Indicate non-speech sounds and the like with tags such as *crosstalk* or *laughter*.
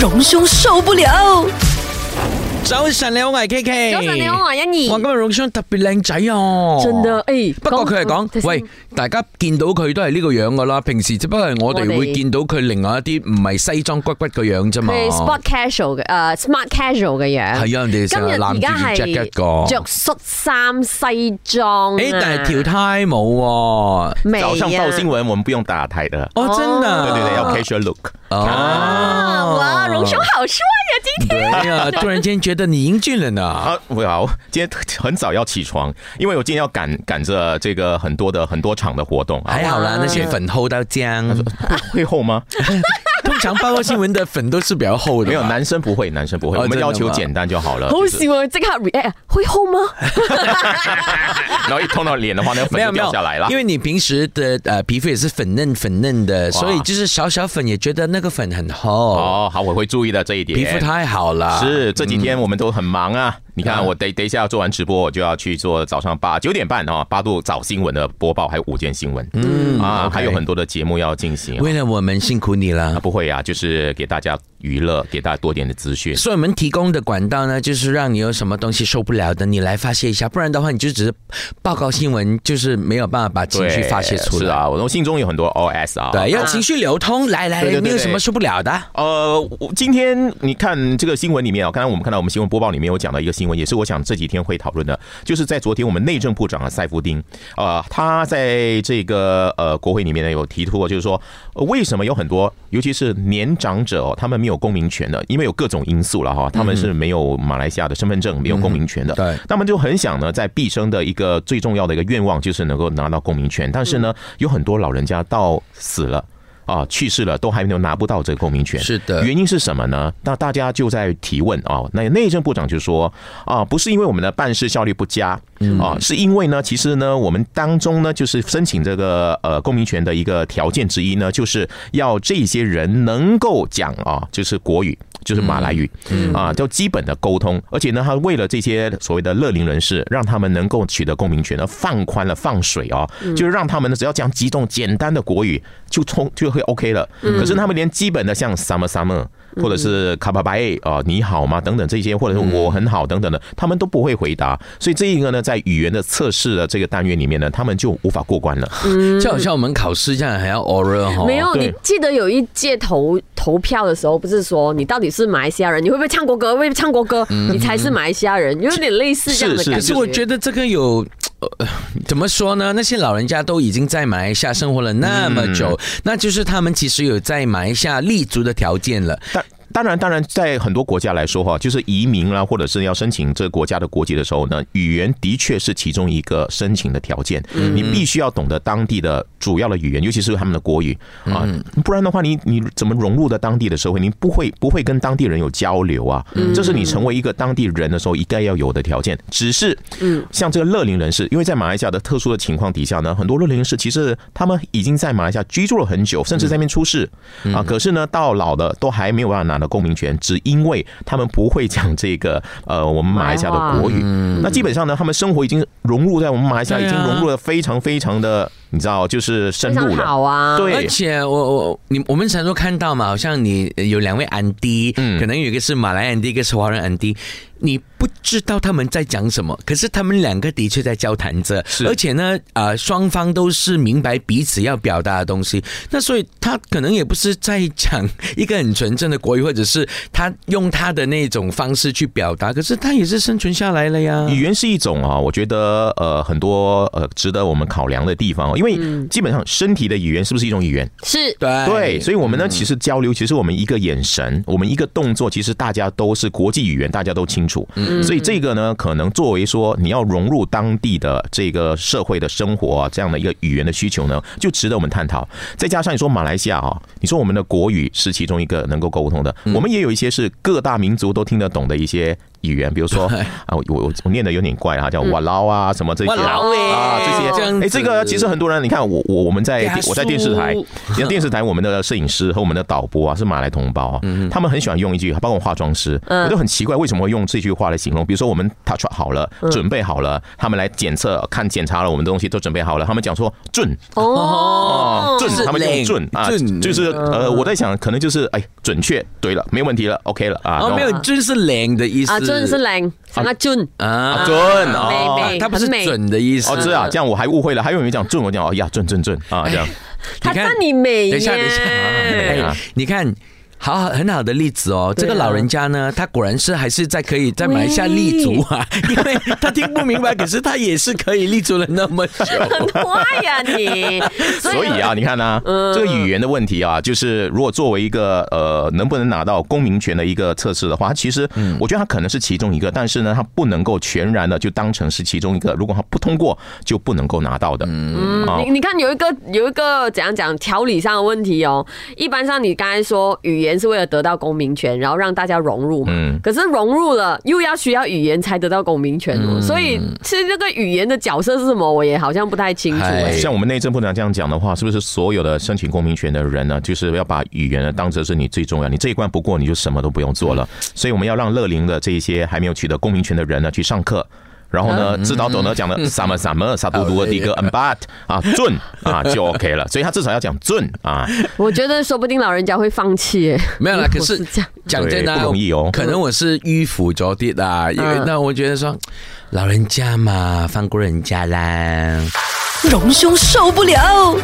荣兄受不了。早晨你好，我系 K K。早晨你好，我係欣怡哎哇，。今日榮兄特別靚仔啊！真的，。哎，不過佢係講嗯講，喂，大家見到佢都係呢個樣噶啦，平時只不過係我哋我會哋見到佢另外一啲唔係西裝骨骨嘅樣啫嘛。佢係 sport casual 嘅，誒 smart casual 嘅樣。係啊，人哋今成日日攬而住家件 jacket 噶係。着啊恤衫西裝啊。誒，但係條呔冇喎。未啊早上报新闻，我们不用打台的。哦，真的。对对对，要 casual look。啊哦哇，榮兄好帥呀！今天对哎呀，突然间觉得你英俊了呢。啊，我好，今天很早要起床，因为我今天要赶赶着这个很多的很多场的活动啊。还好啦，那些粉厚到僵。会厚吗？通常报道新闻的粉都是比较厚的吧。没有，男生不会，男生不会，哦我们真的要求吗简单就好了。好就是笑啊！即刻 react，啊會 hold 嗎？然后一碰到脸的话，那个没粉有就没有掉下来了呃哦，好，我会注意的这一点。皮肤太好了。是这几天我们都很忙啊。你看，我等等一下做完直播，我就要去做早上八九点半哈、八度早新闻的播报，还有午间新闻，嗯啊， OK 还有很多的节目要进行啊、为了我们辛苦你啊， *laughs* 了。不会啊，就是给大家娱乐，给大家多点的资讯。所以我们提供的管道呢，就是让你有什么东西受不了的，你来发泄一下，不然的话你就只是报告新闻，就是没有办法把情绪发泄出是来。啊，我心中有很多 OS 啊。对，要情绪流通。来来来，对对对你有对什么受不了的？呃，我今天你看这个新闻里面啊，刚才我们看到我们新闻播报里面有讲到一个新闻，也是我想这几天会讨论的，就是在昨天我们内政部长啊塞夫丁，呃，他在这个呃国会里面呢有提出过，就是说、呃为什么有很多，尤其是年长者哦，他们没有公民权的，因为有各种因素了哈，他们是嗯没有马来西亚的身份证，没有公民权的，对那么就很想呢，在毕生的一个最重要的一个愿望就是能够拿到公民权，但是呢，有很多老人家到死了。啊，去世了都还没有拿不到这个公民权，是的原因是什么呢？那大家就在提问啊、那内政部长就说啊，不是因为我们的办事效率不佳啊，是因为呢，其实呢，我们当中呢，就是申请这个呃公民权的一个条件之一呢，就是要这些人能够讲啊，就是国语。就是马来语、啊，叫基本的沟通，而且呢，他为了这些所谓的乐龄人士，让他们能够取得公民权，而放宽了放水哦，就是让他们呢只要讲几种简单的国语就通就会 OK 了。可是他们连基本的像 summer summer 或者是卡巴白啊你好吗等等这些，或者是我很好等等的，他们都不会回答。所以这一个呢，在语言的测试的这个单元里面呢，他们就无法过关了。就好像我们考试这样还要 oral 哦哈。没有，对你记得有一届投投票的时候，不是说你到底是马来西亚人，你会不会唱国歌，会不会唱国歌，你才是马来西亚人，有点类似这样的是感觉。可嗯是我觉得这个有。呃怎么说呢？那些老人家都已经在马来西亚生活了那么嗯久，那就是他们其实有在马来西亚立足的条件了。当当然，当然，在很多国家来说哈，就是移民啦，或者是要申请这个国家的国籍的时候呢，语言的确是其中一个申请的条件。你必须要懂得当地的主要的语言，尤其是他们的国语啊，不然的话，你你怎么融入到当地的社会？你不会不会跟当地人有交流啊？这是你成为一个当地人的时候一定要有的条件。只是，像这个乐龄人士，因为在马来西亚的特殊的情况底下呢，很多乐龄人士其实他们已经在马来西亚居住了很久，甚至在那边出世啊。可是呢，到老的都还没有办法拿到公民权，只因为他们不会讲这个呃我们马来西亚的国语。那基本上呢，他们生活已经融入在我们马来西亚，对已啊经融入的非常非常的，你知道，就是深非常入了。好啊。对而且我我你我们常说看到嘛，好像你呃有两位安迪，嗯可能有一个是马来安迪，一个是华人安迪，你不知道他们在讲什么，可是他们两个的确在交谈着，是而且呢，呃，双方都是明白彼此要表达的东西，那所以他可能也不是在讲一个很纯正的国语，或者是他用他的那种方式去表达，可是他也是生存下来了呀。语言是一种啊，我觉得呃很多呃值得我们考量的地方哦，因为基本上身体的语言是不是一种语言？是对对，所以我们呢其实交流，其实我们一个眼神，嗯我们一个动作，其实大家都是国际语言，大家都清楚。嗯所以这个呢，可能作为说你要融入当地的这个社会的生活啊，这样的一个语言的需求呢，就值得我们探讨。再加上你说马来西亚啊，你说我嗯们的国语是其中一个能够沟通的，我们也有一些是各大民族都听得懂的一些。语言，比如 *laughs* 哎说啊，我我我念的有点怪啊，叫哇捞啊什么这些哇捞欸啊这些嗯这样子哎，这个其实很多人，你看我我我们在给他电我在电视台输， *laughs* 电电视台我们的摄影师和我们的导播啊是马来同胞啊，嗯他们很喜欢用一句，包括化妆师，我就很奇怪为什么会用这句话来形容。比如说我们 touch up 好了，嗯准备好了，他们来检测看检查了我们的东西都准备好了，他们讲说准哦哦，，准是，他们用零准啊，准嗯就是呃，我在想，可能就是哎，准确，对了，没问题了，OK 了啊，哦，没有，准是零的意思啊，俊是零，什么俊？啊啊准美哦。美，它不是很美。准的意思。哦，这啊，这样我还误会了，还有人讲准，我讲哦呀，准准准啊，这样他你看赞你美等耶一下，等一下，对哎啊，你看。好，很好的例子哦。这对啊个老人家呢，他果然是还是在可以在马来西亚立足啊， *laughs* 因为他听不明白，可是他也是可以立足了那么 *laughs* 久。很坏呀你。所以啊，你看呢、这个语言的问题啊，就是如果作为一个呃，能不能拿到公民权的一个测试的话，它其实我觉得它可能是其中一个，但是呢，它不能够全然的就当成是其中一个。如果它不通过，就不能够拿到的。嗯，啊你你看有一个有一个怎样讲条理上的问题哦。一般上你刚才说语言是为了得到公民权，然后让大家融入嘛。嗯可是融入了又要需要语言才得到公民权哦，所以其实这个语言的角色是什么，我也好像不太清楚、哎哎。像我们内政部长这样讲的话，是不是所有的申请公民权的人呢，就是要把语言呢当成是你最重要，你这一关不过，你就什么都不用做了。所以我们要让乐龄的这一些还没有取得公民权的人呢去上课。然后呢，指导总呢讲的什么什么啥不多的一个 n but 啊准啊就 OK 了，所以他至少要讲准啊，我觉得说不定老人家会放弃耶。没有啦，如可果是这样。讲真的、啊对不容易哦可能我是迂腐着地啦，因为嗯那我觉得说，老人家嘛，放过人家啦。荣兄受不了。